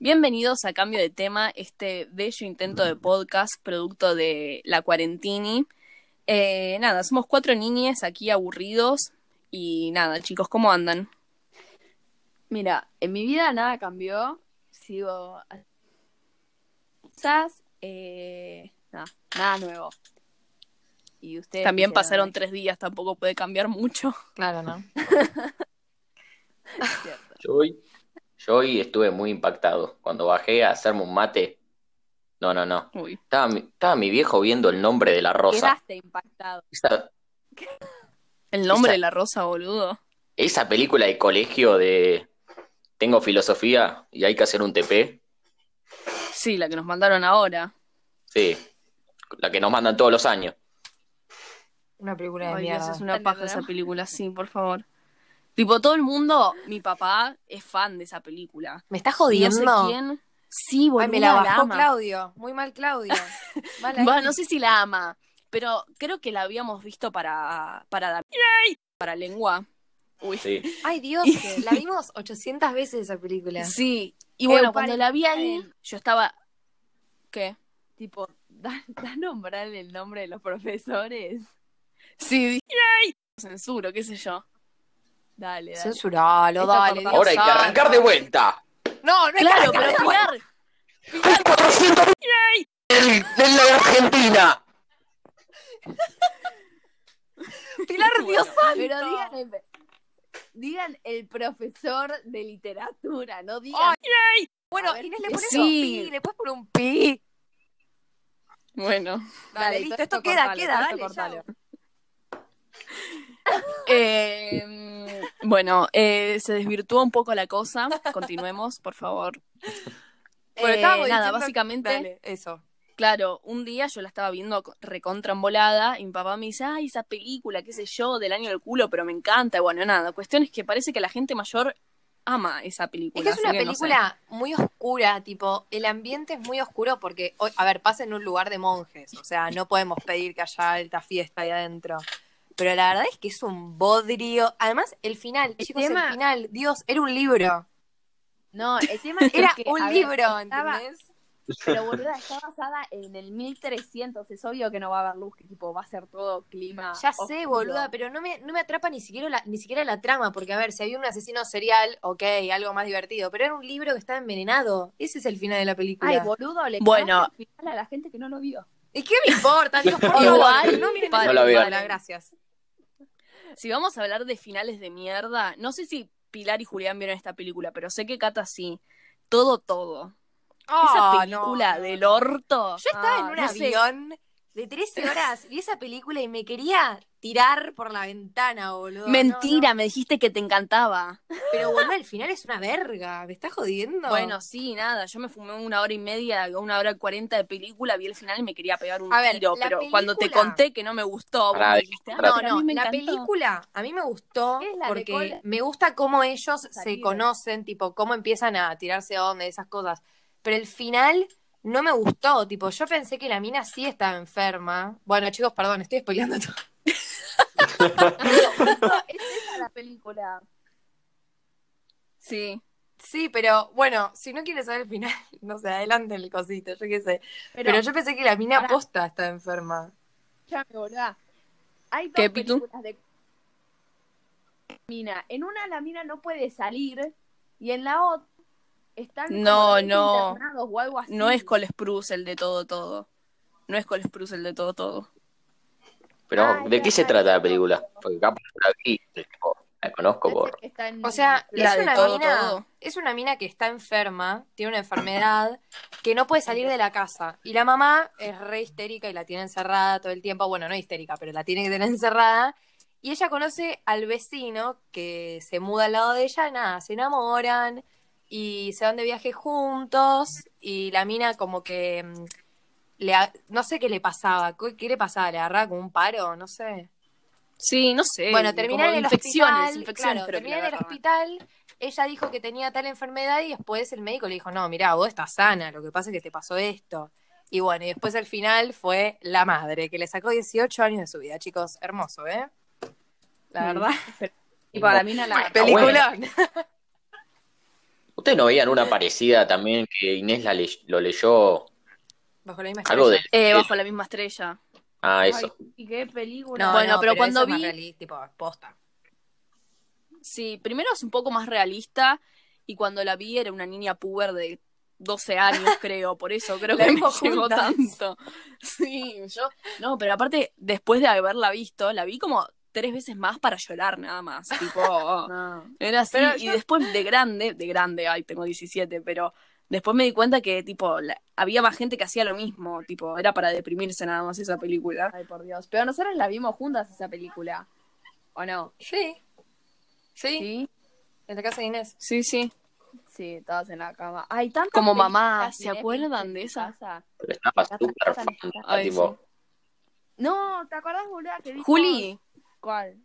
Bienvenidos a Cambio de Tema, este bello intento de podcast producto de la cuarentini. Eh, nada, somos cuatro niñas aquí aburridos y nada, chicos, ¿cómo andan? Mira, en mi vida nada cambió. Sigo. a- Quizás. eh, nada, nada nuevo. Y ustedes. También quisieron- pasaron tres días, tampoco puede cambiar mucho. Claro, ¿no? Cierto. Yo hoy, yo hoy estuve muy impactado. Cuando bajé a hacerme un mate, no, no, no. Uy, Estaba mi, estaba mi viejo viendo el nombre de la rosa. Quedaste impactado. Esa, el nombre Esa- de la rosa, boludo. esa película de colegio de Tengo filosofía y hay que hacer un TP. Sí, la que nos mandaron ahora. Sí, la que nos mandan todos los años. Una película de Ay, Dios, mierda. es una paja esa película, sí, por favor. Tipo, todo el mundo, mi papá es fan de esa película. Me está No jodiendo. sé quién. Sí, boludo. Ay, me la bajó ama. Claudio. Muy mal Claudio. Mal ahí. Bah, no sé si la ama, pero creo que la habíamos visto para para Dam- para lengua. Uy. Sí. Sí. Ay, Dios, que la vimos 800 veces esa película. Y bueno, Eupal- cuando la vi ahí, eh. yo estaba ¿Qué? Tipo, da, da a nombrar el nombre de los profesores. Sí, dije, "Ay". censuro, qué sé yo. Dale, dale. Censuralo, Está dale. cortado. Dios Ahora hay que santo. arrancar de vuelta. No, no hay Claro, que arrancar pero de vuelta. Pilar, ¡Hay 400 en en la Argentina! Pilar, Dios Bueno, santo. Pero digan el, digan el profesor de literatura, no digan. Ay, A Bueno, ver, Inés, le pones sí. un pi, le pones por un pi. bueno. Dale, Dale, listo, todo esto esto queda, cortalo, queda, todo dale. esto cortalo. chao. Eh, bueno, eh, se desvirtuó un poco la cosa. Continuemos, por favor. Bueno, Eh, estábamos nada, diciendo- básicamente Dale, eso. Claro, un día yo la estaba viendo co- recontra embolada y mi papá me dice, ay, esa película, qué sé yo, del año del culo, pero me encanta. Y Bueno, nada, cuestión es que parece que la gente mayor ama esa película. Es que es así una no sé. película muy oscura, tipo, el ambiente es muy oscuro porque, o- a ver, pasa en un lugar de monjes, o sea, no podemos pedir que haya alta fiesta ahí adentro. Pero la verdad es que es un bodrio. Además, el final, El chicos, tema- el final, Dios, era un libro. No, el tema es Era que, un a ver, libro, estaba- ¿entendés? Pero boluda, está basada en el 1300, es obvio que no va a haber luz, que tipo va a ser todo clima. Ya oscuro. sé, boluda, pero no me, no me atrapa ni siquiera, la, ni siquiera la trama, porque, a ver, si había un asesino serial, ok, algo más divertido, pero era un libro que estaba envenenado. Ese es el final de la película. Ay, boludo, le Bueno. bueno. al final a la gente que no lo vio. ¿Y qué me importa, Dios, por favor? Igual, no miren para- esa No la vean. película, gracias. Si vamos a hablar de finales de mierda, no sé si Pilar y Julián vieron esta película, pero sé que Cata sí. Todo, todo. Ah, esa película no, no, del no. orto. Yo estaba Ah, en un no sé. avión de 13 horas, vi esa película y me quería tirar por la ventana, boludo. No, Mentira, me dijiste que te encantaba. no. Pero boludo, al final es una verga, me estás jodiendo. Bueno, sí, nada, yo me fumé una hora y media, una hora cuarenta de película, vi el final y me quería pegar un A ver, tiro, la pero cuando te película- conté que no me gustó, vos Pará, me dijiste, ah, pará. no, pero a no, mí me la encantó. película a mí me gustó Es la de porque Cole- me gusta cómo ellos se Salido. conocen, tipo, cómo empiezan a tirarse onda y esas cosas. Pero el final no me gustó, tipo, yo pensé que la mina sí estaba enferma. Bueno, chicos, perdón, estoy spoileando todo. es esa la película. Sí. Sí, pero bueno, si no quieres saber el final, no sé, adelante el cosito, yo qué sé. Pero, Pero, yo pensé que la mina Pará. posta está enferma. escúchame, boluda. Hay dos ¿Qué, Pitu? películas de mina. En una la mina no puede salir y en la otra están como No, los no. internados o algo así. No es Cole Spruce el de todo, todo. No es Cole Spruce el de todo, todo. Pero, Ay, ¿de qué se ay, trata la no. película? Porque capaz no la vi, tipo, la conozco Parece por... que está en- O sea, Mm, La es de una todo, mina, todo. es una mina que está enferma, tiene una enfermedad, que no puede salir de la casa. Y la mamá es re histérica y la tiene encerrada todo el tiempo. Bueno, no histérica, pero la tiene que tener encerrada. Y ella conoce al vecino que se muda al lado de ella, nada, se enamoran y se van de viaje juntos. Y la mina como que mm, le a- no sé qué le pasaba, ¿qué qué le pasaba? ¿Le agarraba como un paro? No sé. Sí, no sé. Bueno, terminar eh, como en el infecciones, hospital. infecciones, claro, creo que terminar la en el agarraban. hospital. Ella dijo que tenía tal enfermedad y después el médico le dijo, no, mirá, vos estás sana, lo que pasa es que te pasó esto. Y bueno, y después al final fue la madre, que le sacó 18 años de su vida, chicos. Hermoso, ¿eh? La Mm. Ah, verdad. Y para mí no la Película. Peliculón. ¿Ustedes no veían una parecida también que Inés la le- lo leyó? Bajo la misma Algo de. estrella. Eh, bajo la misma estrella. Ah, eso. Ay, ¿Y qué película? No, Bueno, no, pero cuando esa es más vi- reali- tipo, posta. Sí, primero es un poco más realista y cuando la vi era una niña puber de 12 años, creo, por eso creo La que me vimos llegó juntas. tanto. Sí, yo, no, pero aparte, después de haberla visto, la vi como tres veces más para llorar nada más, tipo, oh, No. era así, Pero y yo- después de grande, de grande, ay, tengo 17, pero después me di cuenta que, tipo, la- había más gente que hacía lo mismo, tipo, era para deprimirse nada más esa película. Ay, por Dios. Pero nosotros la vimos juntas esa película. ¿O no? Sí. sí. Sí. En la casa de Inés. Sí, sí. Sí, todas en la cama. Ay, tantas Como películas mamá, ¿se Netflix acuerdan en de mi esa? casa. Pero estaba Cata, súper Cata, fan. Cata. Ay, tipo, No, ¿te acordás, boluda, que vimos... Juli, ¿Cuál?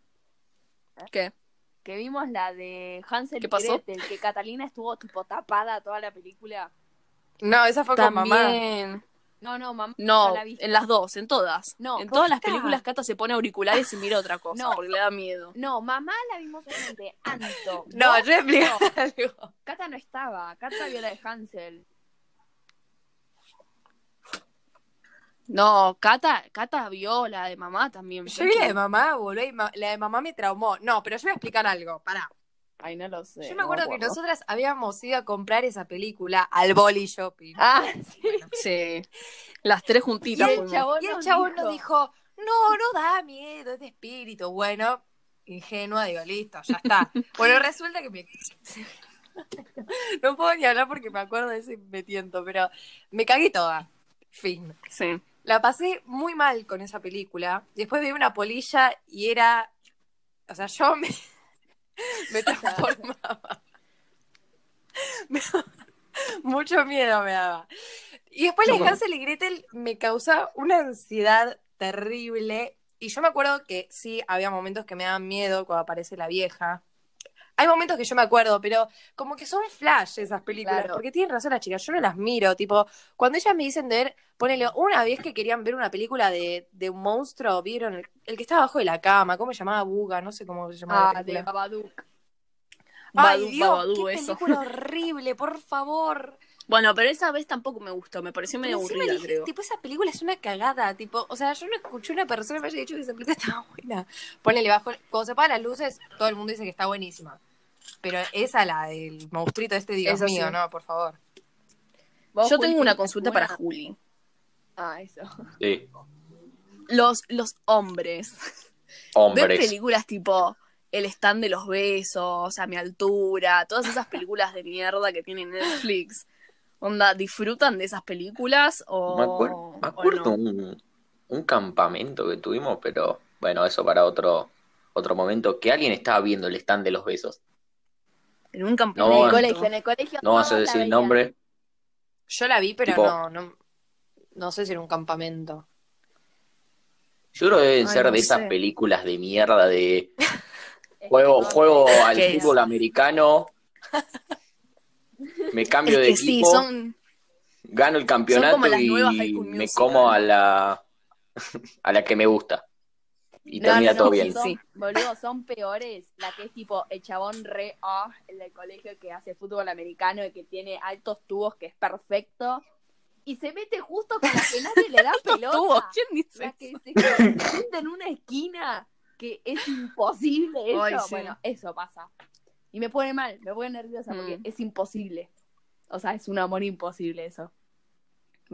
¿qué? Que vimos la de Hansel ¿Qué y pasó? Gretel, que Catalina estuvo tipo tapada toda la película. No, esa fue con mamá. También. No, no, mamá. No, no la viste. en las dos, en todas. No, en todas las posta. películas Cata se pone auriculares y mira otra cosa, No. porque le da miedo. No, mamá la vimos solamente Anto. No, Vos yo expliqué no. algo. Cata no estaba. Cata vio la de Hansel. No, Cata, Cata vio la de mamá también. Yo vi la Jackie. de mamá, boludo, y ma- la de mamá me traumó. No, pero yo voy a explicar algo, pará. Ay, no lo sé. yo me acuerdo, que nosotras habíamos ido a comprar esa película al Boli Shopping. Ah, sí. Sí. Las tres y juntitas. el fuimos. chabón, y el nos chabón dijo. nos dijo, no, no da miedo, es de espíritu. Bueno, ingenua, digo, listo, ya está. bueno, resulta que me... no puedo ni hablar porque me acuerdo de eso y me tiento, pero me cagué toda. Fin. Sí. La pasé muy mal con esa película. Después vi una polilla y era. O sea, yo me, me transformaba. Me- Mucho miedo me daba. Y después la de Hansel y Gretel me causaba una ansiedad terrible. Y yo me acuerdo que sí, había momentos que me daban miedo cuando aparece la vieja. Hay momentos que yo me acuerdo, pero como que son flash esas películas. Claro. Porque tienen razón las chicas, yo no las miro. Tipo, cuando ellas me dicen de ver, ponele, una vez que querían ver una película de, de un monstruo, vieron el, el que estaba abajo de la cama, ¿cómo se llamaba? Buga, no sé cómo se llamaba. la Ah, de película. Babadook. Ay, Badu- Dios, Babadú, qué eso. película horrible, por favor. Bueno, pero esa vez tampoco me gustó, me pareció medio Pero encima aburrida, dije, creo. Tipo, esa película es una cagada. Tipo, o sea, yo no escuché a una persona que me haya dicho que esa película estaba buena. Ponele bajo. Cuando se apagan las luces, todo el mundo dice que está buenísima. Pero esa, la del monstruito este, Dios Esa sí. mío, no, por favor. ¿Vos, Yo Juli, tengo una tenés consulta alguna? para Juli. Ah, eso. sí. Los, los hombres. ¿Ven Hombres. películas tipo El stand de los besos, A mi altura, todas esas películas de mierda que tiene Netflix? Onda, ¿disfrutan de esas películas o, Me acuerdo, me o acuerdo no? un, un campamento que tuvimos, pero bueno, eso para otro, otro momento. Que alguien estaba viendo el stand de los besos. En un en el No, bueno. campamento. colegio, en el colegio. No vamos a todos la decir el veían. nombre. Yo la vi, pero Tipo- no, no. No sé si era un campamento. Yo creo que deben Ay, ser no de esas sé. películas de mierda de Es juego, que no, juego al ¿Qué es? fútbol americano. Me cambio de Es que sí, equipo, son, gano el campeonato como las y nuevas High School me Musical. como a la a la que me gusta. Y No, termina no, todo no, bien. Son, Sí. Boludo, son peores. La que es tipo el chabón re off, el del colegio que hace fútbol americano y que tiene altos tubos, que es perfecto. Y se mete justo con la que nadie le da tubos. pelota. ¿Quién dice La eso? que se sienta en una esquina, que es imposible eso. Ay, sí. Bueno, eso pasa. Y me pone mal, me pone nerviosa porque Mm. es imposible. O sea, es un amor imposible eso.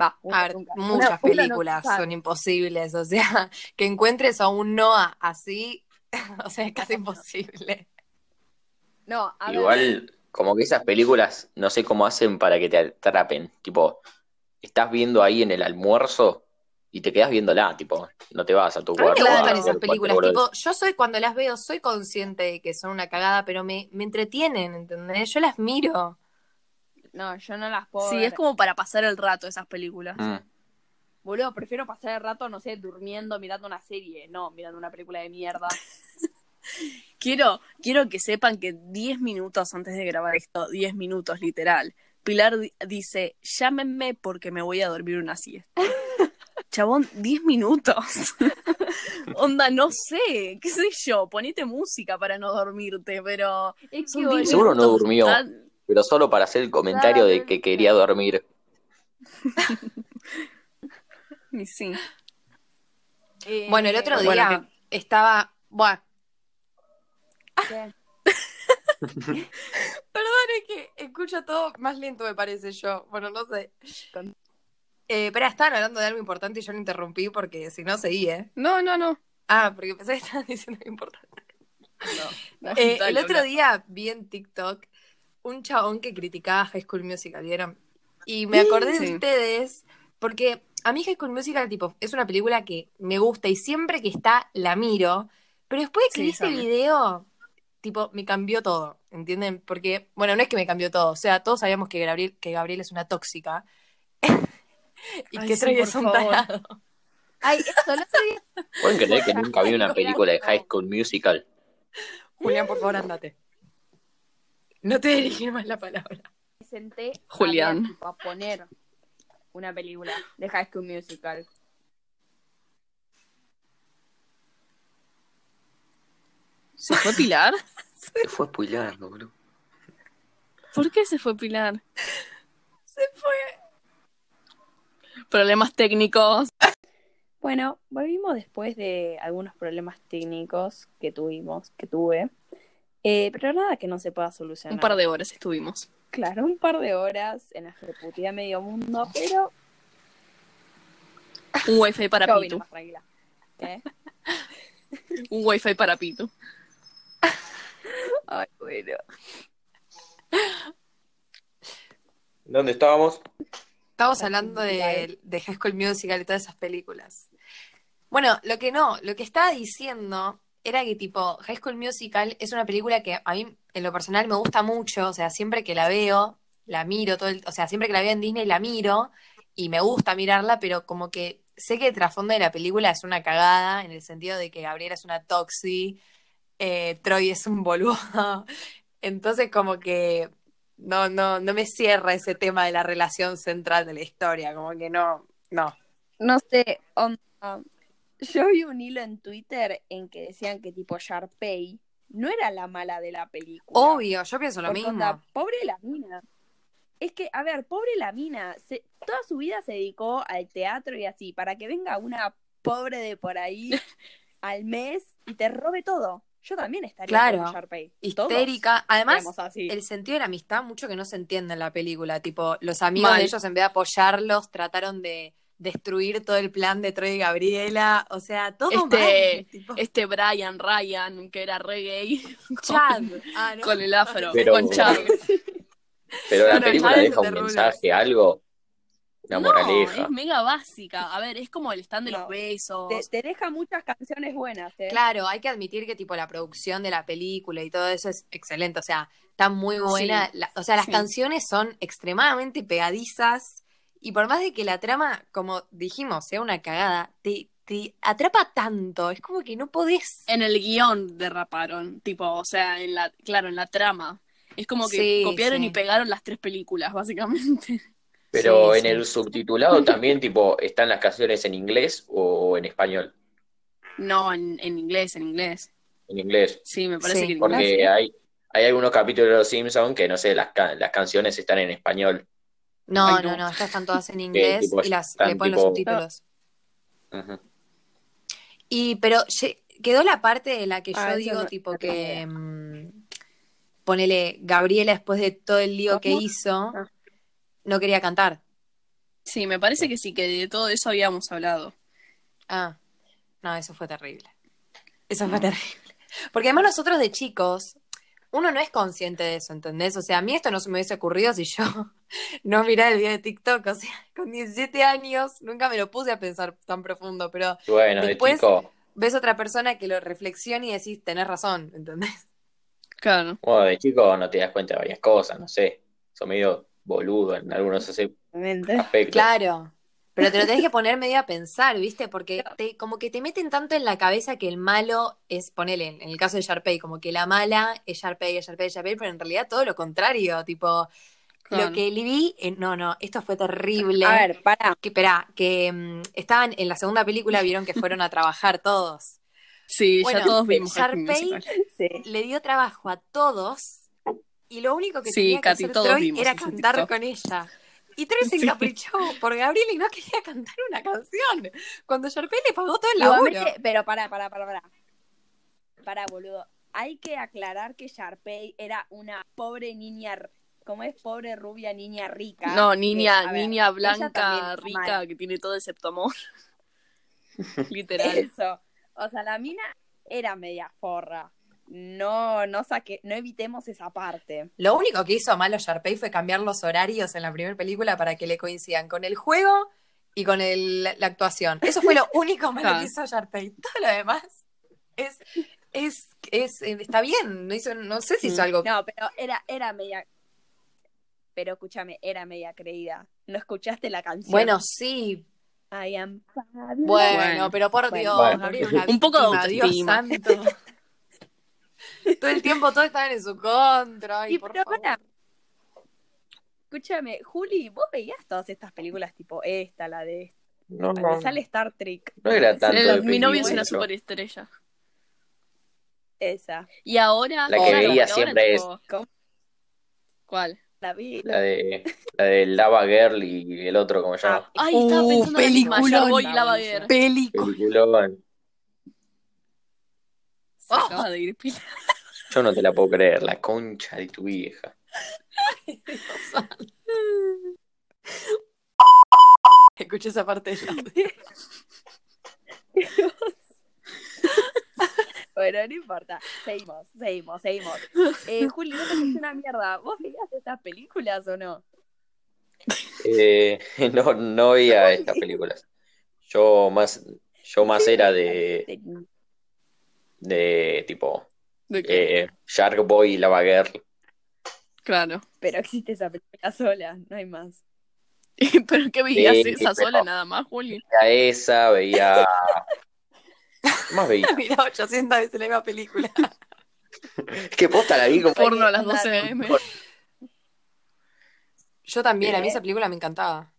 Va, uno A ver, nunca- uno- muchas uno no películas sabe. son imposibles. O sea, que encuentres a un Noah así, o sea, es casi imposible. No, a ver, Igual, como que esas películas, no sé cómo hacen para que te atrapen. Tipo, estás viendo ahí en el almuerzo y te quedas viéndola, tipo, no te vas a tu A mí cuarto. me a gustan ver esas cualquier películas. boludez. Tipo, yo soy cuando las veo, soy consciente de que son una cagada, pero me, me entretienen, ¿entendés? Yo las miro. no, yo no las puedo. Sí, ver. es como para pasar el rato esas películas. Mm. Boludo, prefiero pasar el rato, no sé, durmiendo, mirando una serie, no, mirando una película de mierda. Quiero, quiero que sepan que 10 minutos antes de grabar esto, 10 minutos literal, Pilar di- dice, llámenme porque me voy a dormir una siesta. Chabón, 10 minutos. Onda, no sé, qué sé yo, ponete música para no dormirte, pero... Es que son boludo, Seguro no minutos. durmió. Ah, pero solo para hacer el comentario de que quería dormir. Y sí. Eh, Bueno, el otro Bueno, día estaba. Buah, ¿qué? perdón, es que escucho todo más lento, me parece yo. Bueno, no sé. Con- Eh, pero estaban hablando de algo importante y yo lo interrumpí porque si no seguí, ¿eh? No, no, no. Ah, porque pensé que estaban diciendo algo importante. No, Eh, dale, el otro habla. día vi en TikTok un chabón que criticaba High School Musical, ¿vieron? Y me acordé Sí. de ustedes porque a mí High School Musical tipo, es una película que me gusta y siempre que está la miro, pero después de que Sí, vi este yo también. video, tipo, me cambió todo, ¿entienden? Porque, bueno, no es que me cambió todo, o sea, todos sabíamos que Gabriel, que Gabriel es una tóxica y Ay, que sí, Troy por es un favor. tarado. Ay, eso lo sé. ¿Pueden creer que nunca vi una película de High School Musical? Julián, por favor, andate. No te dirigí más la palabra. Me senté a Julián. ver, tipo, a poner una película de High School Musical. ¿Se fue Pilar? Se fue spoileando, boludo. ¿Por qué se fue Pilar? Se fue. Problemas técnicos. Bueno, volvimos después de algunos problemas técnicos que tuvimos, que tuve. Eh, pero nada que no se pueda solucionar. Un par de horas estuvimos. Claro, un par de horas en la ejecutiva medio mundo, pero Un wifi para yo vine Pitu. más tranquila. ¿Eh? Un wifi para Pitu. Ay, bueno. ¿Dónde estábamos? Estamos High hablando School de, Musical. de High School Musical y todas esas películas. Bueno, lo que no, lo que estaba diciendo era que tipo High School Musical es una película que a mí en lo personal me gusta mucho, o sea, siempre que la veo, la miro todo el, o sea, siempre que la veo en Disney la miro y me gusta mirarla, pero como que sé que el trasfondo de la película es una cagada en el sentido de que Gabriela es una toxi, eh, Troy es un boludo. Entonces como que no, no, no me cierra ese tema de la relación central de la historia, como que no, no. No sé, onda, Yo vi un hilo en Twitter en que decían que tipo Sharpay no era la mala de la película. Obvio, yo pienso lo Porque, mismo. onda, pobre la mina. Es que, a ver, pobre la mina. se- toda su vida se dedicó al teatro y así, para que venga una pobre de por ahí al mes y te robe todo. Yo también estaría Claro. como Sharpay. Todos Histérica. Además, éramos así. el sentido de la amistad mucho que no se entiende en la película, tipo, los amigos Mal. de ellos en vez de apoyarlos trataron de destruir todo el plan de Troy y Gabriela, o sea, todo Este- mal, tipo, Este Brian Ryan, que era re gay, Chad. Ah, ¿no? con el afro, Pero- con Chad. Pero la Bueno, película Charles deja un Derulo. mensaje, algo, una no, moraleja. es mega básica. A ver, es como el stand de No. los besos. Te, te deja muchas canciones buenas, ¿eh? Claro, hay que admitir que tipo la producción de la película y todo eso es excelente, o sea, está muy buena, La- o sea, las Sí. canciones son extremadamente pegadizas y por más de que la trama, como dijimos, sea una cagada, te, te atrapa tanto, es como que no podés. En el guión derraparon, tipo, o sea, en la, claro, en la trama. Es como que Sí, copiaron sí. y pegaron las tres películas, básicamente. Pero Sí, en sí. el subtitulado también, tipo, ¿están las canciones en inglés o en español? No, en, en inglés, en inglés. En inglés. Sí, me parece Sí. que en inglés. Porque hay, hay algunos capítulos de Los Simpsons que, no sé, las, ca- las canciones están en español. No, Ay, no, no. no, estas están todas en inglés tipo, y las están le ponen los tipo- subtítulos. Ujú. Y pero lle- quedó la parte de la que yo Ah, eso digo no- tipo no tengo que idea. mm, ponele Gabriela después de todo el lío que ¿Cómo? hizo, Ah. no quería cantar. Sí, me parece que sí, que de todo eso habíamos hablado. Ah, no, eso fue terrible. Mm. Eso fue terrible. Porque además nosotros de chicos, uno no es consciente de eso, ¿entendés? O sea, a mí esto no se me hubiese ocurrido si yo no mirara el video de TikTok. O sea, con 17 años nunca me lo puse a pensar tan profundo, pero Y Bueno, Después- de chico, ves otra persona que lo reflexiona y decís, tenés razón, ¿entendés? Claro. bueno, de chico no te das cuenta de varias cosas, no sé. Son medio boludo en algunos ase- Eh, Obviamente. aspectos. Claro. Pero te lo tenés que poner medio a pensar, ¿viste? Porque te, como que te meten tanto en la cabeza que el malo es, ponele, en el caso de Sharpay, como que la mala es Sharpay, es Sharpay, es Sharpay, pero en realidad todo lo contrario, tipo, claro. lo que le vi, eh, no, no, esto fue terrible. A ver, para. Que, esperá, que mm, estaban en la segunda película, vieron que fueron a trabajar todos. Sí, Bueno, este ya todos vimos. High School Sharpay Musical. Sí. le dio trabajo a todos y lo único que Sí, tenía que Katy, hacer todos Troy vimos era ese cantar TikTok. con ella. Y Troy se Sí. encaprichó porque Gabrieli no quería cantar una canción. Cuando Sharpay le pagó todo el laburo. Igualmente, pero pará, pará, pará, pará. Pará, boludo. Hay que aclarar que Sharpay era una pobre niña, r- ¿cómo es? Pobre rubia niña rica. No, Que, niña, a ver, niña ella también blanca, está rica, mal. que tiene todo excepto amor. Literal. Eso. O sea, la mina era media forra. No, no saque, no evitemos esa parte. Lo único que hizo malo Sharpay fue cambiar los horarios en la primera película para que le coincidan con el juego y con el- la actuación. Eso fue lo único malo Ah. que hizo Sharpay. Todo lo demás es, es, es- eh, está bien. No, hizo, no sé si hizo Mm. algo. No, pero era, era media. Pero escúchame, era media creída. ¿No escuchaste la canción? Bueno, sí. I am fabulous. Bueno, Bueno. pero por Bueno. Dios, Bueno. Gabriel, una Un poco de víctima, Dios autoestima. santo. todo el tiempo todos estaban en su contra. Y Sí, por pero favor. pará. Escúchame, Juli, ¿vos veías todas estas películas tipo esta, la de esta? No, la que no, sale Star Trek, no era tanto. El- de Eh, mi novio es película, una yo. superestrella. esa. Y ahora. La que claro, veía ahora, siempre tipo, ¿Cómo? ¿Cuál? La vi. La de, la de Lava Girl y el otro, como se llama. Ay, estaba pensando Uh, en la misma. peliculón. Sharkboy y Lava Girl. Película. Peliculón. Se acaba de ir pila. Yo no te la puedo creer, la concha de tu vieja. Escuché esa parte del audio. Bueno, no importa. Seguimos, seguimos, seguimos. Eh, Juli, vos es una mierda. ¿Vos veías estas películas o no? Eh, no, no veía estas películas. Yo más, yo más era de, de tipo De que- eh, Shark Boy y Lava Girl. Claro. Pero existe esa película sola, no hay más. ¿Pero qué veías Sí, esa pero- sola nada más, Juli? Veía esa, veía. ¿Qué más veía? Mirá, 800 veces la misma película. Es que posta la vi como. Porno a las andar. 12 am. Yo también, a mí Eh. esa película me encantaba.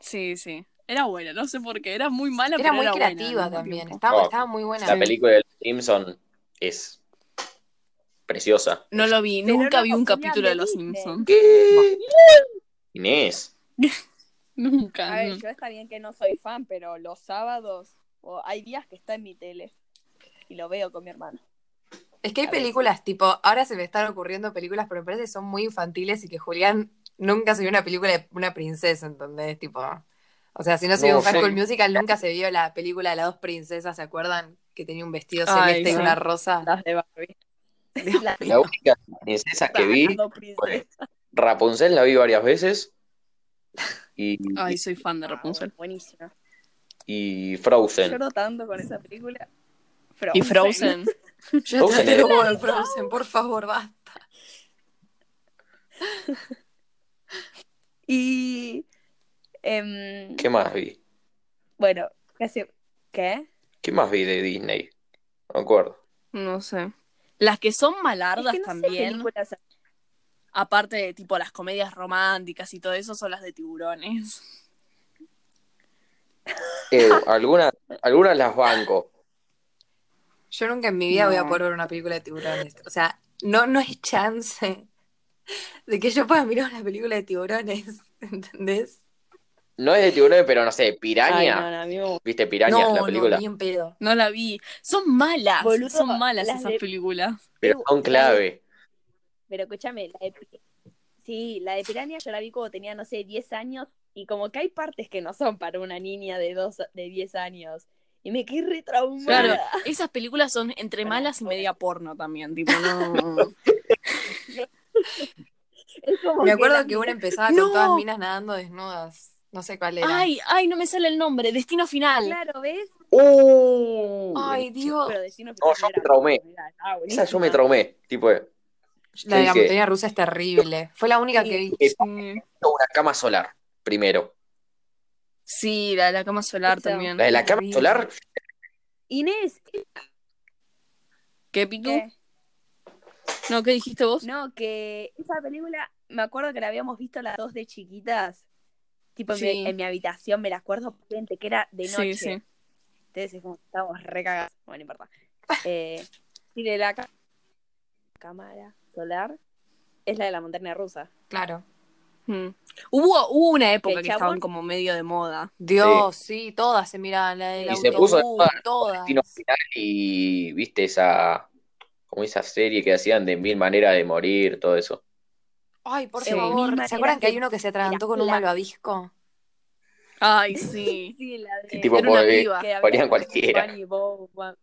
Sí, sí. Era buena, no sé por qué. Era muy mala, Era pero muy era buena creativa al mismo también. tiempo. Estaba, No, estaba muy buena. La película de los Simpson es preciosa. No lo vi, Pero nunca no vi un consumían capítulo de de Los Disney. Simpsons. ¿Qué? Inés. Nunca. A ver, no. yo está bien que no soy fan, pero los sábados o hay días que está en mi tele y lo veo con mi hermano. Es que hay A ver. películas, tipo, ahora se me están ocurriendo películas, pero me parece que son muy infantiles y que Julián nunca se vio una película de una princesa, ¿entendés? Tipo, o sea, si no se vio No, un High School son- Musical, nunca se vio la película de las dos princesas, ¿se acuerdan? Que tenía un vestido Ay, celeste y sí. una rosa. Las de Barbie. Las La única princesa que vi, dos princesas. fue Rapunzel la vi varias veces. Y, Ay, soy fan de Rapunzel. Ah, buenísima. y Frozen. Lloro tanto con esa película. Y Frozen. Yo Frozen te era- lo de Frozen, por favor, basta. Y. em, ¿Qué más vi? bueno, casi. ¿Qué? ¿Qué más vi de Disney? No me acuerdo. No sé. Las que son malardas Es que no sé también, películas- aparte de tipo las comedias románticas y todo eso, son las de tiburones. Eh, algunas, algunas las banco. Yo nunca en mi vida voy a No. poder ver una película de tiburones. O sea, no, no hay chance de que yo pueda mirar una película de tiburones, ¿entendés? No es de tiburones, pero no sé, Ay, Piraña. no, no, a mí me gusta. ¿Viste Piraña, no, la película? no, ni en pedo. No la vi. Son malas. Boludo, son malas las esas de- películas. pero son clave. Pero escúchame, la de. Pi- Sí, la de Piranha yo la vi como tenía, no sé, 10 años. Y como que hay partes que no son para una niña de, dos, de 10 años. Y me quedé re traumada. Claro, esas películas son entre malas y media porno también, tipo, no. Es como Me acuerdo las que una minas- empezaba No. con todas minas nadando desnudas. No sé cuál era. Ay, ay, no me sale el nombre, Destino Final. Claro, ¿ves? ¡Uh! Ay, Dios. Pero decimos No, yo me traumé. Esa yo me traumé. Tipo, eh, La de la dije- montaña rusa es terrible. Fue la única que vi. eh, Sí. una cama solar, primero. Sí, la de la cama solar Esa. también. La de la cama Horrible. solar, Inés, ¿Qué pico? ¿qué? No, ¿qué dijiste vos? Eh. no, que esa película, me acuerdo que la habíamos visto las dos de chiquitas. Tipo en, Sí. mi, en mi habitación, me la acuerdo gente que era de sí, noche. sí. Entonces es como que estábamos recagados. Bueno, no importa. Eh, y de la ca- cámara solar. es la de la montaña rusa. Claro. Mm. Hubo, hubo una época El que estaban chabón- como medio de moda. Dios, sí, todas se miraban, la del Y se autobús, puso de moda el todas. Destino Final y viste esa, como esa serie que hacían de mil maneras de morir, todo eso. Ay, por Sí. Mil favor, maneras ¿se acuerdan que de- hay uno que se atragantó con Mira, un la- malvavisco? Ay, sí. Sí, la de... Y tipo, eh, Era una por- piba. que había ponían con cualquiera. Bunny Bowman.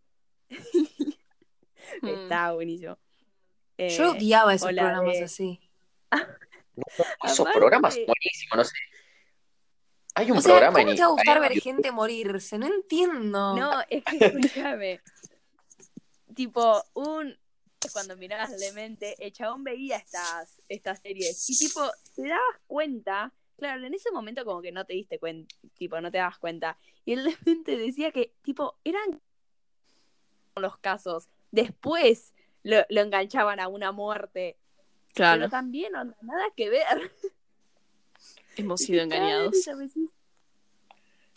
Mm. Está buenísimo. Eh, Yo odiaba esos o la programas de- así. Esos Aparte- programas son buenísimos, no sé. Hay un O sea, programa ¿cómo en te va a gustar Instagram ver gente morirse? No entiendo. No, es que escúchame. tipo, un. Cuando mirabas Clemente, el chabón veía estas, estas series. Y tipo, te dabas cuenta. Claro, en ese momento como que no te diste cuenta, tipo, no te dabas cuenta. Y el demente decía que, tipo, eran los casos. Después lo, lo enganchaban a una muerte. Claro, Pero también, onda, nada que ver. hemos sido Cada vez engañados. ella me decía-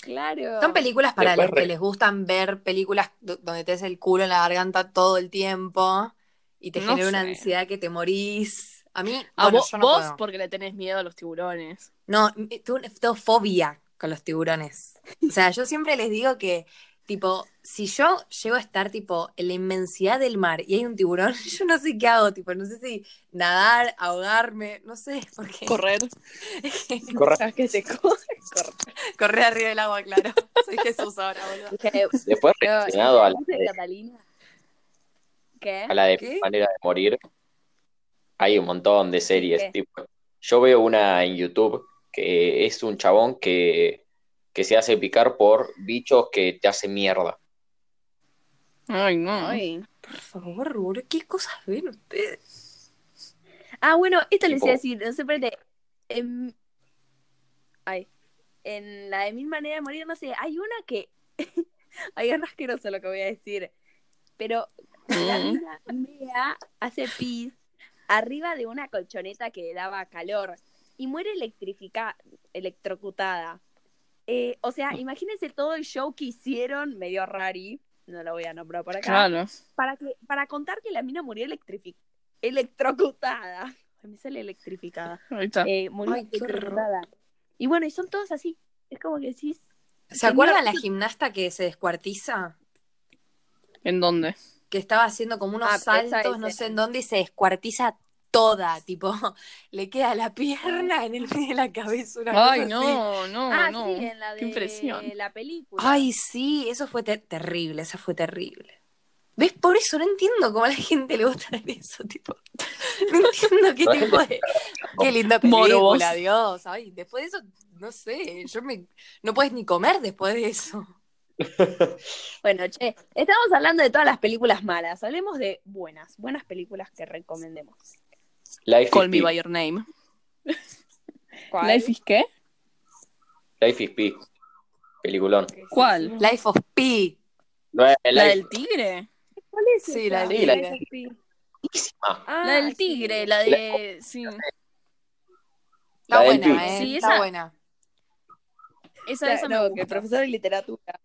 Claro. Son películas para Después los que re- les gustan ver películas do- donde te des el culo en la garganta todo el tiempo y te No genera una sé. ansiedad que te morís. A mí, A bueno, vos, yo no vos puedo. porque le tenés miedo a los tiburones. No, me- tengo, tengo fobia con los tiburones. O sea, yo siempre les digo que, tipo, si yo llego a estar, tipo, en la inmensidad del mar y hay un tiburón, yo no sé qué hago, tipo, no sé si nadar, ahogarme, no sé, porque Correr. Corre- Cosas que te co- correr arriba del agua, claro. Soy Jesús ahora, boludo. Dije, Después No, relacionado a la ¿viste de, Catalina? ¿Qué? a la de ¿Qué? manera de morir, hay un montón de series. ¿qué? tipo, yo veo una en YouTube que es un chabón que, que se hace picar por bichos que te hacen mierda. Ay, no. Ay. Por favor, boludo, ¿qué cosas ven ustedes? Ah, bueno, esto les Tipo- iba a decir, no sé, espérate. En... Ay. En la de Mil Maneras de Morir, no sé, hay una que. Ay, es rasqueroso lo que voy a decir. Pero la Mm. mina mea hace pis arriba de una colchoneta que daba calor y muere electrificada, electrocutada. Eh, o sea, imagínense todo el show que hicieron, medio rari, no lo voy a nombrar por acá. Claro. para, que, para contar que la mina murió electrifi- electrocutada. Ay, me sale electrificada. Ahí está. Eh, murió Ay, qué horror. electrocutada. Y bueno, y son todos así. Es como que decís. ¿Se acuerdan la gimnasta que se descuartiza? ¿En dónde? Que estaba haciendo como unos Ah, esa saltos, es no el- sé en dónde, y se descuartiza toda, tipo, le queda la pierna en el medio de la cabeza. una Ay, cosa así. no, no, ah, no. sí, en la de qué impresión. la película. Ay, sí, eso fue ter- terrible, eso fue terrible. ¿Ves? Por eso no entiendo cómo a la gente le gusta ver eso, tipo. No entiendo qué tipo de. Qué linda película, Morbos. Dios. Ay, después de eso, no sé, yo me. No puedes ni comer después de eso. Bueno, che, estamos hablando de todas las películas malas. Hablemos de buenas, buenas películas que recomendemos. Life is Call me Pi. by your name. ¿Cuál? ¿Life is qué? Life is Pi. Peliculón. ¿Cuál? Life of Pi. No es ¿La Life del tigre? ¿Cuál es Sí, esa? la del Sí, la- Isma. Ah, La del sí. tigre, la de... Sí, Está La del buena, Pi. eh. Sí, Está esa- buena. esa, La- esa no, me que el gusta. profesor de literatura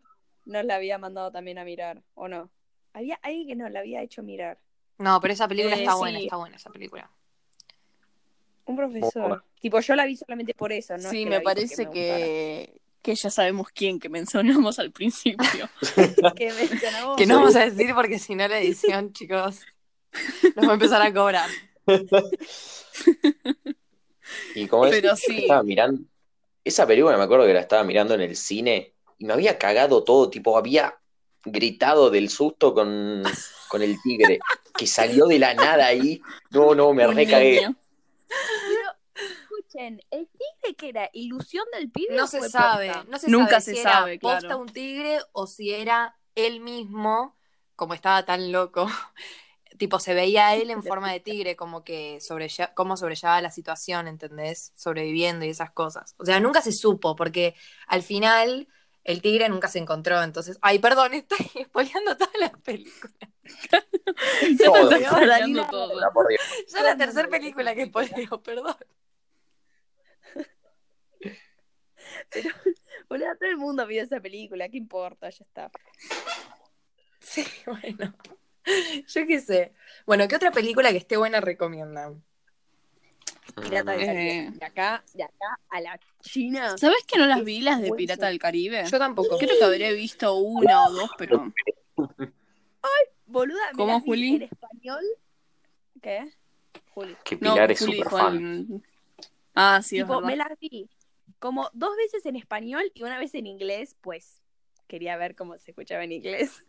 nos la había mandado también a mirar, ¿o no? Había alguien que nos la había hecho mirar. No, pero esa película Eh, está sí. buena, está buena esa película. Un profesor. Tipo, yo la vi solamente por eso, ¿no? es sí, que la me vi parece porque me que, que ya sabemos quién que mencionamos al principio. gustara. Que mencionamos- Que no vamos a decir porque si no la edición, chicos, nos va a empezar a cobrar. Y como es, Pero sí. estaba mirando. Esa película me acuerdo que la estaba mirando en el cine y me había cagado todo, tipo, había gritado del susto con, con el tigre, que salió de la nada ahí. No, no, me Un recagué. niño. Escuchen, el tigre que era ilusión del pibe. No o se fue sabe, posta? no se Nunca sabe se si sabe, era posta claro. un tigre o si era él mismo, como estaba tan loco. Tipo, se veía a él en forma de tigre, como que sobrella- cómo sobrellevaba la situación, ¿entendés? Sobreviviendo y esas cosas. O sea, nunca se supo, porque al final el tigre nunca se encontró. Entonces, ay, perdón, estoy spoileando todas las películas. Ya te Todo. estás Carolina- hablando todo. Ah, por Dios. Ya la tercera película que spoileo, perdón. Boluda, todo el mundo vio esa película, ¿qué importa? Ya está. Sí, bueno. Yo qué sé. Bueno, ¿qué otra película que esté buena recomiendan? Pirata del Eh. Caribe. De acá, de acá a la China. ¿Sabes que no las vi las de Hueso. Pirata del Caribe? Yo tampoco. Creo que habré visto una o dos, pero Boluda, me ¿Cómo, las vi Juli? en español. ¿Qué? Juli. Que no, Pilar es Juli súper dijo fan. algo. Ah, sí, es tipo, verdad. me las vi como dos veces en español y una vez en inglés, pues quería ver cómo se escuchaba en inglés.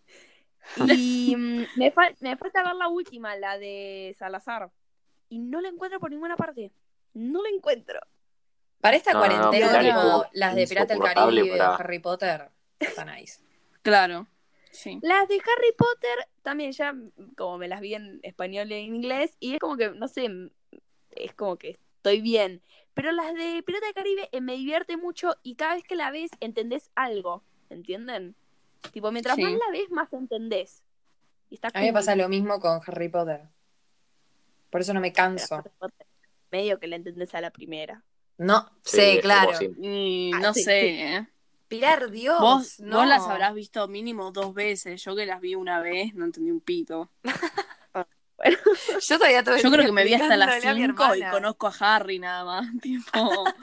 Y mm, me, fal- me falta ver la última, la de Salazar. Y no la encuentro por ninguna parte. No la encuentro. Para esta No, no, no, cuarentena, Pilar tipo, estuvo las de Pirata del Ah, insoportable Caribe, para- Harry Potter, están nice. Claro, sí. Las de Harry Potter también ya, mm, como me las vi en español y en inglés, y es como que, no sé, mm, es como que estoy bien. Pero las de Pirata del Caribe eh, me divierte mucho y cada vez que la ves entendés algo, ¿entienden? Tipo, mientras Sí. más la ves, más entendés. Y está A mí me cool. pasa lo mismo con Harry Potter. Por eso no me canso. Harry Potter, Medio que la entendés a la primera. No, Sí, sí, es claro. como siempre. Y Ah, no sí, sé, sí. ¿eh? Pilar, Dios. Vos, no. vos las habrás visto mínimo dos veces. Yo que las vi una vez, no entendí un pito. Yo todavía todo el Yo creo día que me vi hasta las explicándole a mi 5 y hermana. conozco a Harry nada más.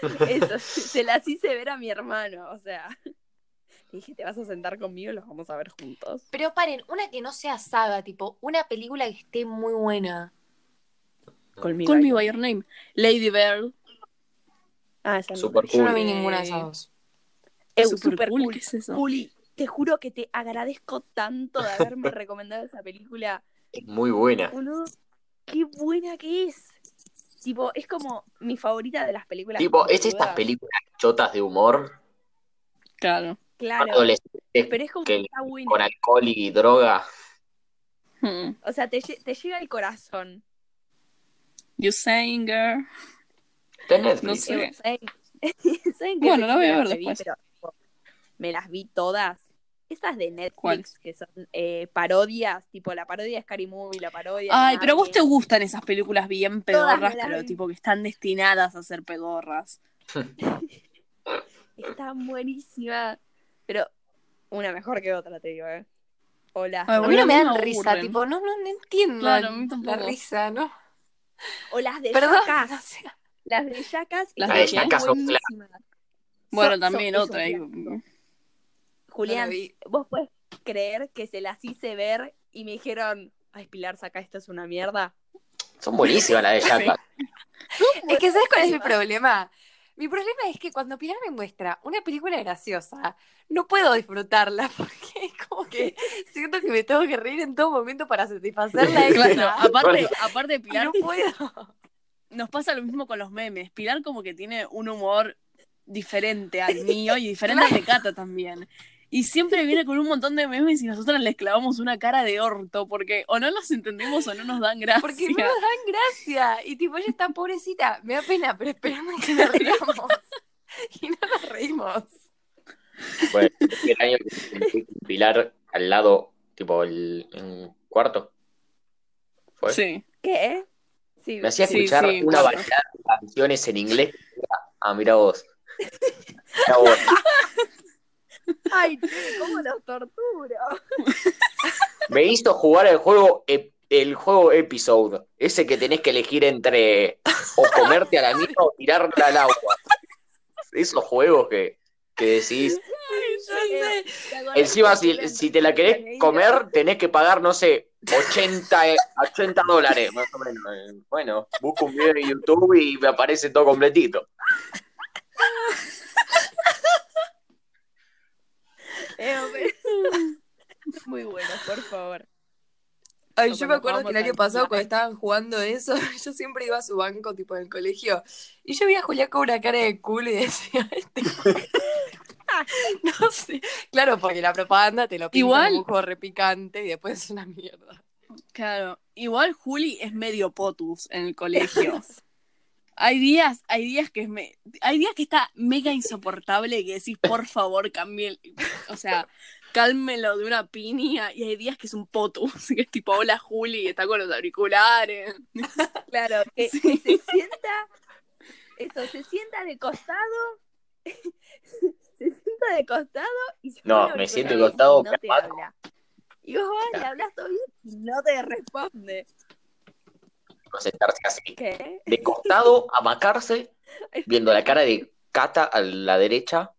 Tipo, Eso, se las hice ver a mi hermano, o sea. Le dije, te vas a sentar conmigo y los vamos a ver juntos. Pero paren, una que no sea saga, tipo, una película que esté muy buena. Ah. Conmigo. Call me by your name. Lady Bird. Ah, esa no. Súper Yo no vi cool. Eh, ninguna de esas dos. Eh, Super super cool, cool. ¿qué es eso? Juli, te juro que te agradezco tanto de haberme recomendado esa película. Muy buena. Boludo, qué buena que es. Tipo, es como mi favorita de las películas. Tipo, es boluda. estas películas chotas de humor Claro. Claro, adolescentes pero es como que que está buena. con alcohol y droga. Hmm. O sea, te, lle- te llega al corazón. You saying girl. Está en Netflix. No sé. Eh, ¿Saben, ¿saben Bueno, la voy a películas ver me vi? después. Pero, tipo, me las vi todas. Estas de Netflix ¿Cuáles? que son eh, parodias, tipo la parodia de Scary Movie, la parodia. de Ay, pero a vos Barney. te gustan esas películas bien pedorras, me las pero vi. tipo que están destinadas a ser pedorras. Está buenísima. Pero una mejor que otra, te digo, ¿eh? Hola. Ay, A boludo, mí no me a mí dan me risa, aburren. tipo, no, no, no entiendo Claro, a mí tampoco. la risa, ¿no? O las de Perdón. o Jackass. sea, Las de Jackass Las de están Jackass son buenísimas. Bueno, Son- también son- es un otra. eh. mm. ahí. clásico. no la Julián, vi. vos puedes creer que se las hice ver y me dijeron, ay, Pilar, saca esto es una mierda. Son buenísimas las de Jackass. Es que ¿sabes cuál es mi problema? Mi problema es que cuando Pilar me muestra una película graciosa, no puedo disfrutarla porque es como que siento que me tengo que reír en todo momento para satisfacerla. a ella. Claro, aparte, Bueno. aparte Y Pilar, no puedo. nos pasa lo mismo con los memes. Pilar como que tiene un humor diferente al mío y diferente al de Cata también. Y siempre viene con un montón de memes y nosotros les clavamos una cara de orto porque o no los entendemos o no nos dan gracia. Porque no nos dan gracia. Y tipo, ella está pobrecita. Me da pena, pero esperando que nos riamos. Y no nos reímos. Bueno, el año que fui con Pilar al lado, tipo el en cuarto. ¿Fue? Sí. ¿Qué? Sí, Me hacía Sí, escuchar sí, una cuarto. variedad de canciones en inglés. Ah, mira vos. Mirá vos. Ay, ¿cómo los torturo? Me hizo jugar el juego ep- el juego episode, ese que tenés que elegir entre o comerte a la misma o tirarla al agua. Esos juegos que, que decís. Encima, si, si te la querés comer, tenés que pagar, no sé, 80, eh, 80 dólares, más o menos. Eh, Bueno, busco un video de YouTube y me aparece todo completito. Eh, pero- Muy buenos, por favor. Ay, O yo me cuando acuerdo que el jugábamos año al pasado Crash. cuando estaban jugando eso, yo siempre iba a su banco, tipo en el colegio, y yo veía a Julián con una cara de culo y decía, este... no sé, claro, porque la propaganda te lo pinta Igual. como un juego repicante y después es una mierda. Claro, igual Juli es medio potus en el colegio. Hay días, hay días que es me- hay días que está mega insoportable y que decís, por favor, cambie, el- o sea, cálmelo de una piña y hay días que es un potus, que es tipo, hola Juli, y está con los auriculares. Claro, que, Sí. que se sienta, eso, se sienta de costado, se sienta de costado y se No, pone me siento de auriculares y costado, no te capaz. habla. Y vos vas, le hablas todo bien y no te responde. a sentarse así, ¿Qué? de costado, a macarse, viendo la cara de Cata a la derecha,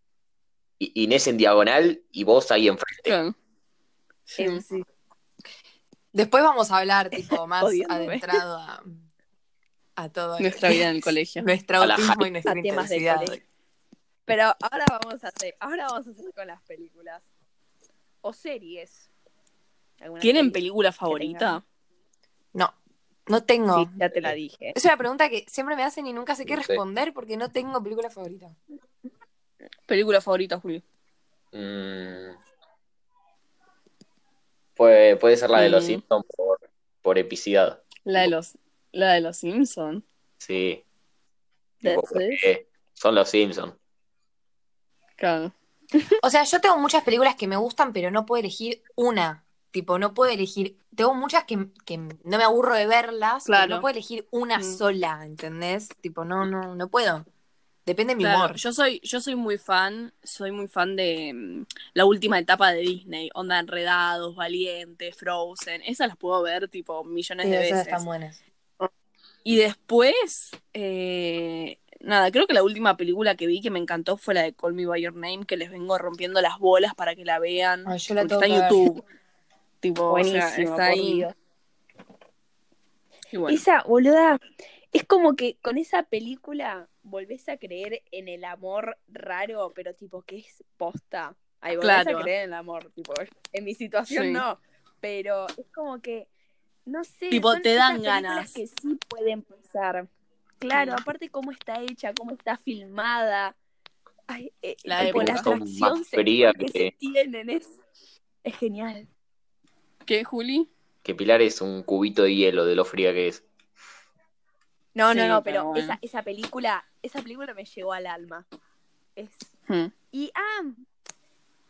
y Inés en diagonal y vos ahí enfrente. Claro. Sí. Eh, sí. Después vamos a hablar, tipo, más Jodiéndome. adentrado a, a todo Nuestra vida en el colegio. Nuestro A la autismo y nuestra A temas del intensidad. colegio. Pero ahora vamos a hacer, ahora vamos a hacer con las películas. O series. ¿Alguna ¿Tienen serie? película favorita? No, no tengo. Sí, ya te la dije. Es una pregunta que siempre me hacen y nunca sé qué No sé. responder porque no tengo película favorita. Película favorita, Julio. Mm. Puede, puede ser la de los Mm. Simpsons por, por epicidad. La de los, la de los Simpsons. Sí. That's Tipo, it. porque son los Simpsons. Claro. O sea, yo tengo muchas películas que me gustan, pero no puedo elegir una. Tipo, no puedo elegir. Tengo muchas que, que no me aburro de verlas, pero Claro. no puedo elegir una Mm. sola, ¿entendés? Tipo, no, no, no puedo. Depende de mi Claro, humor. yo soy, yo soy muy fan, soy muy fan de mm, la última etapa de Disney, Onda Enredados, Valiente, Frozen, esas las puedo ver tipo millones Sí, de esas veces. están buenas. Y después, eh, nada, creo que la última película que vi que me encantó fue la de Call Me By Your Name, que les vengo rompiendo las bolas para que la vean, Ay, yo la Mm. porque tengo está en que ver. YouTube. Tipo, o sea, Buenísima, por está ahí. Dios. Y bueno, Esa, boluda, es como que con esa película volvés a creer en el amor raro, pero tipo que es posta. Ahí volvés Claro. a creer en el amor, tipo, en mi situación Sí. no, pero es como que, no sé. Tipo, son te esas dan películas ganas. que sí pueden pasar. Claro, Mm. aparte cómo está hecha, cómo está filmada. Ay, eh, La tipo, época. la Son más atracción fría sexual que que- se tienen es, es genial. ¿qué, Juli? Que Pilar es un cubito de hielo de lo fría que es. No, Sí, no, pero no, pero, bueno. esa, esa película, esa película me llegó al alma. Es... Hmm. Y, ah,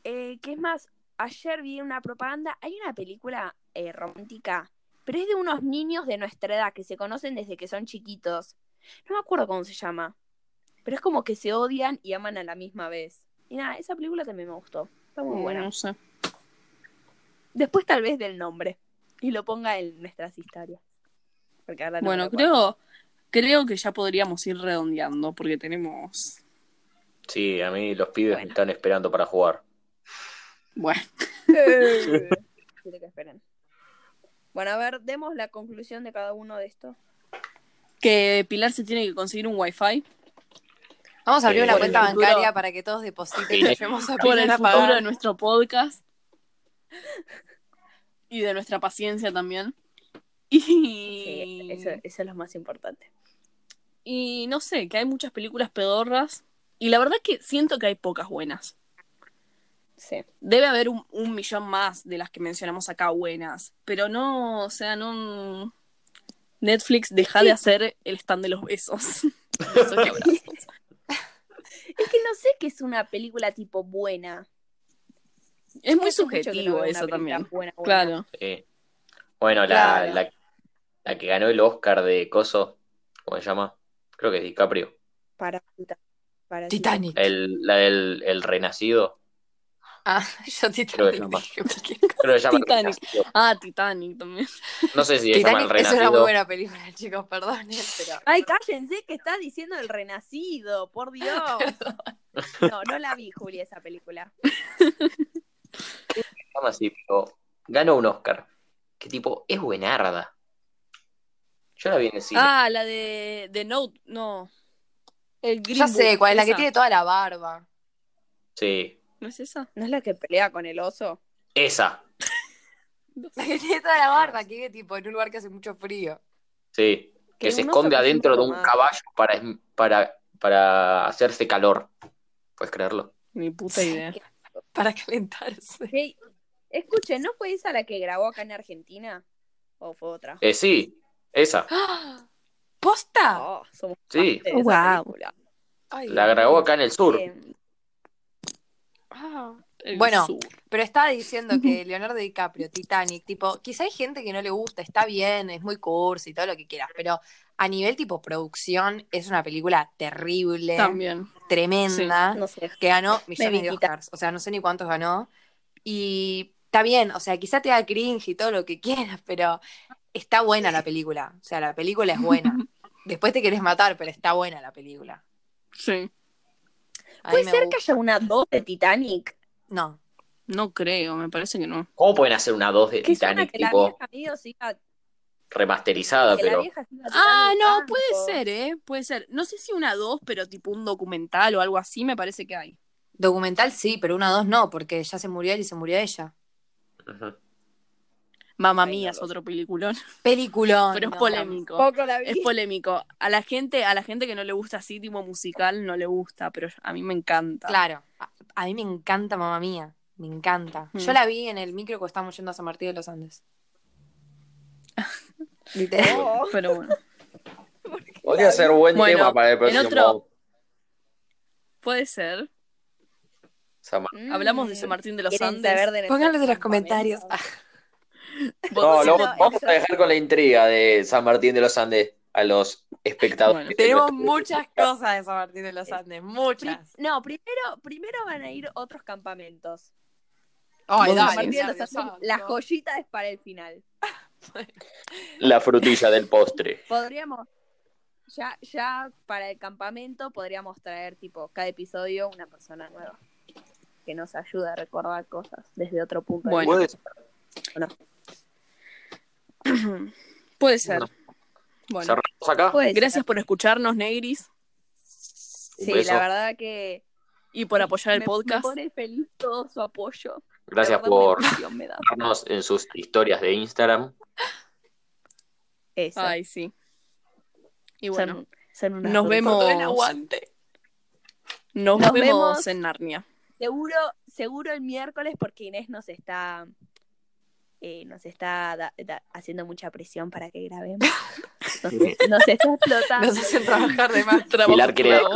eh, que es más, ayer vi una propaganda, hay una película eh, romántica, pero es de unos niños de nuestra edad que se conocen desde que son chiquitos. No me acuerdo cómo se llama, pero es como que se odian y aman a la misma vez. Y nada, esa película también me gustó, está muy buena. Uh, No sé. Después tal vez del nombre y lo ponga en nuestras historias. Porque ahora no me Bueno, lo acuerdo. creo, creo que ya podríamos ir redondeando porque tenemos. Sí, a mí los pibes me Bueno. están esperando para jugar. Bueno, Eh, quiero que esperen. Bueno, a ver, demos la conclusión de cada uno de estos. que Pilar se tiene que conseguir un wifi. Vamos a abrir Eh, una por el cuenta futuro. bancaria para que todos depositen y Sí. llevemos a por el Pilar a futuro de pagar. nuestro podcast y de nuestra paciencia también. Sí, Y, eso, eso es lo más importante. y no sé, que hay muchas películas pedorras y la verdad que siento que hay pocas buenas. Sí. Debe haber un, un millón más de las que mencionamos acá buenas, pero no, o sea, no... Netflix, deja de hacer el stand de los besos. Besos y abrazos. Es que no sé qué es una película tipo buena. es muy Hace mucho que no veo subjetivo una eso película también. buena, buena. Claro. Sí. Bueno, la, Claro. la, la que ganó el Oscar de Coso, ¿cómo se llama? Creo que es DiCaprio. Para, para Titanic. El, la del el Renacido. Ah, yo Creo Titanic. que no más. dije, cualquier Creo que se llama El Titanic. Renacido. Ah, Titanic también. No sé si se llama El Titanic es una muy Renacido. buena película, chicos, perdón. Pero... Ay, cállense que está diciendo el renacido, por Dios. No, no la vi, Julia, esa película. Se llama así, pero ganó un Oscar. Que tipo, es buenarda. Yo la vi en el cine. Ah, la de, de Note, no. El Green Ya sé Book, cuál es la que esa. tiene toda la barba. Sí. ¿No es esa? ¿No es la que pelea con el oso? Esa. La que tiene toda la barba, que vive tipo en un lugar que hace mucho frío. Sí. Que Que se un oso que esconde es un adentro de un romántico. caballo para, para, para hacerse calor. ¿Puedes creerlo? Ni puta idea. Para calentarse. Hey, escuchen, ¿no fue esa la que grabó acá en Argentina? ¿O fue otra? Eh, sí. Esa. ¡Ah! ¡Posta! Oh, somos Sí. fans de esa Wow. película. Ay, La Dios grabó mío. acá en el sur. Eh, Ah. El Bueno. sur. Pero estaba diciendo que Leonardo DiCaprio, Titanic, tipo, quizá hay gente que no le gusta, está bien, es muy cursi y todo lo que quieras, pero a nivel tipo producción es una película terrible, también. tremenda, no sé. que ganó millones de Bebidita. Oscars, o sea, no sé ni cuántos ganó. Y está bien, o sea, quizá te da cringe y todo lo que quieras, pero Está buena la película. O sea, la película es buena. Después te querés matar, pero está buena la película. Sí. A mí ¿Puede me ser que gusta. haya una 2 de Titanic? No. No creo, me parece que no. ¿Cómo pueden hacer una 2 de Que suena Titanic, que la tipo, vieja medio siga- remasterizada, que la pero vieja siga Ah, tirando no, el puede banco. ser, ¿eh? Puede ser. No sé si una dos, pero tipo un documental o algo así, me parece que hay. Documental sí, pero una dos no, porque ya se murió él y se murió ella. Ujú. Mamma Hay una mía, es dos. otro peliculón. Película. Pero es no. polémico. Poco la vi. Es polémico. A la gente, a la gente que no le gusta así, tipo musical, no le gusta, pero a mí me encanta. Claro. A, a mí me encanta, mamá mía. Me encanta. Hmm. Mm. Yo la vi en el micro que estábamos yendo a San Martín de los Andes. Literal. No. Pero bueno. Podría ser buen Bueno, tema para el en próximo. otro- Puede ser. San Mar- Mm. Hablamos de San Martín de los Mm. ¿Quieren Andes. saber de nuestro Pónganlo en los campamento? comentarios. No, Vos- lo- no, vamos a dejar con la intriga de San Martín de los Andes a los espectadores. Bueno, de Tenemos nuestro- muchas cosas de San Martín de los Andes. Pri- Muchas. No, primero, primero van a ir otros campamentos. Ay, San dale. Martín de los Dios Andes, santo. la joyita es para el final. La frutilla del postre. Podríamos, ya, ya para el campamento podríamos traer tipo cada episodio una persona nueva que nos ayude a recordar cosas desde otro punto Bueno. de vista. ¿Puedes- Puede ser. Bueno. cerramos acá? Puede ser. Gracias por escucharnos, Negris, Un Sí, beso. la verdad que y por apoyar el me- podcast. Me pone feliz todo su apoyo. Gracias La verdad, por una emoción me da. vernos en sus historias de Instagram. Eso. Ay, sí. Y Son- bueno, son unas nos brutas. vemos. Todo en aguante. nos, nos vemos, vemos. en Narnia. Seguro, seguro el miércoles porque Inés nos está eh, nos está da- da- haciendo mucha presión para que grabemos. Nos, nos está explotando. Nos hacen trabajar de más. Trabajo quiere- por la voz.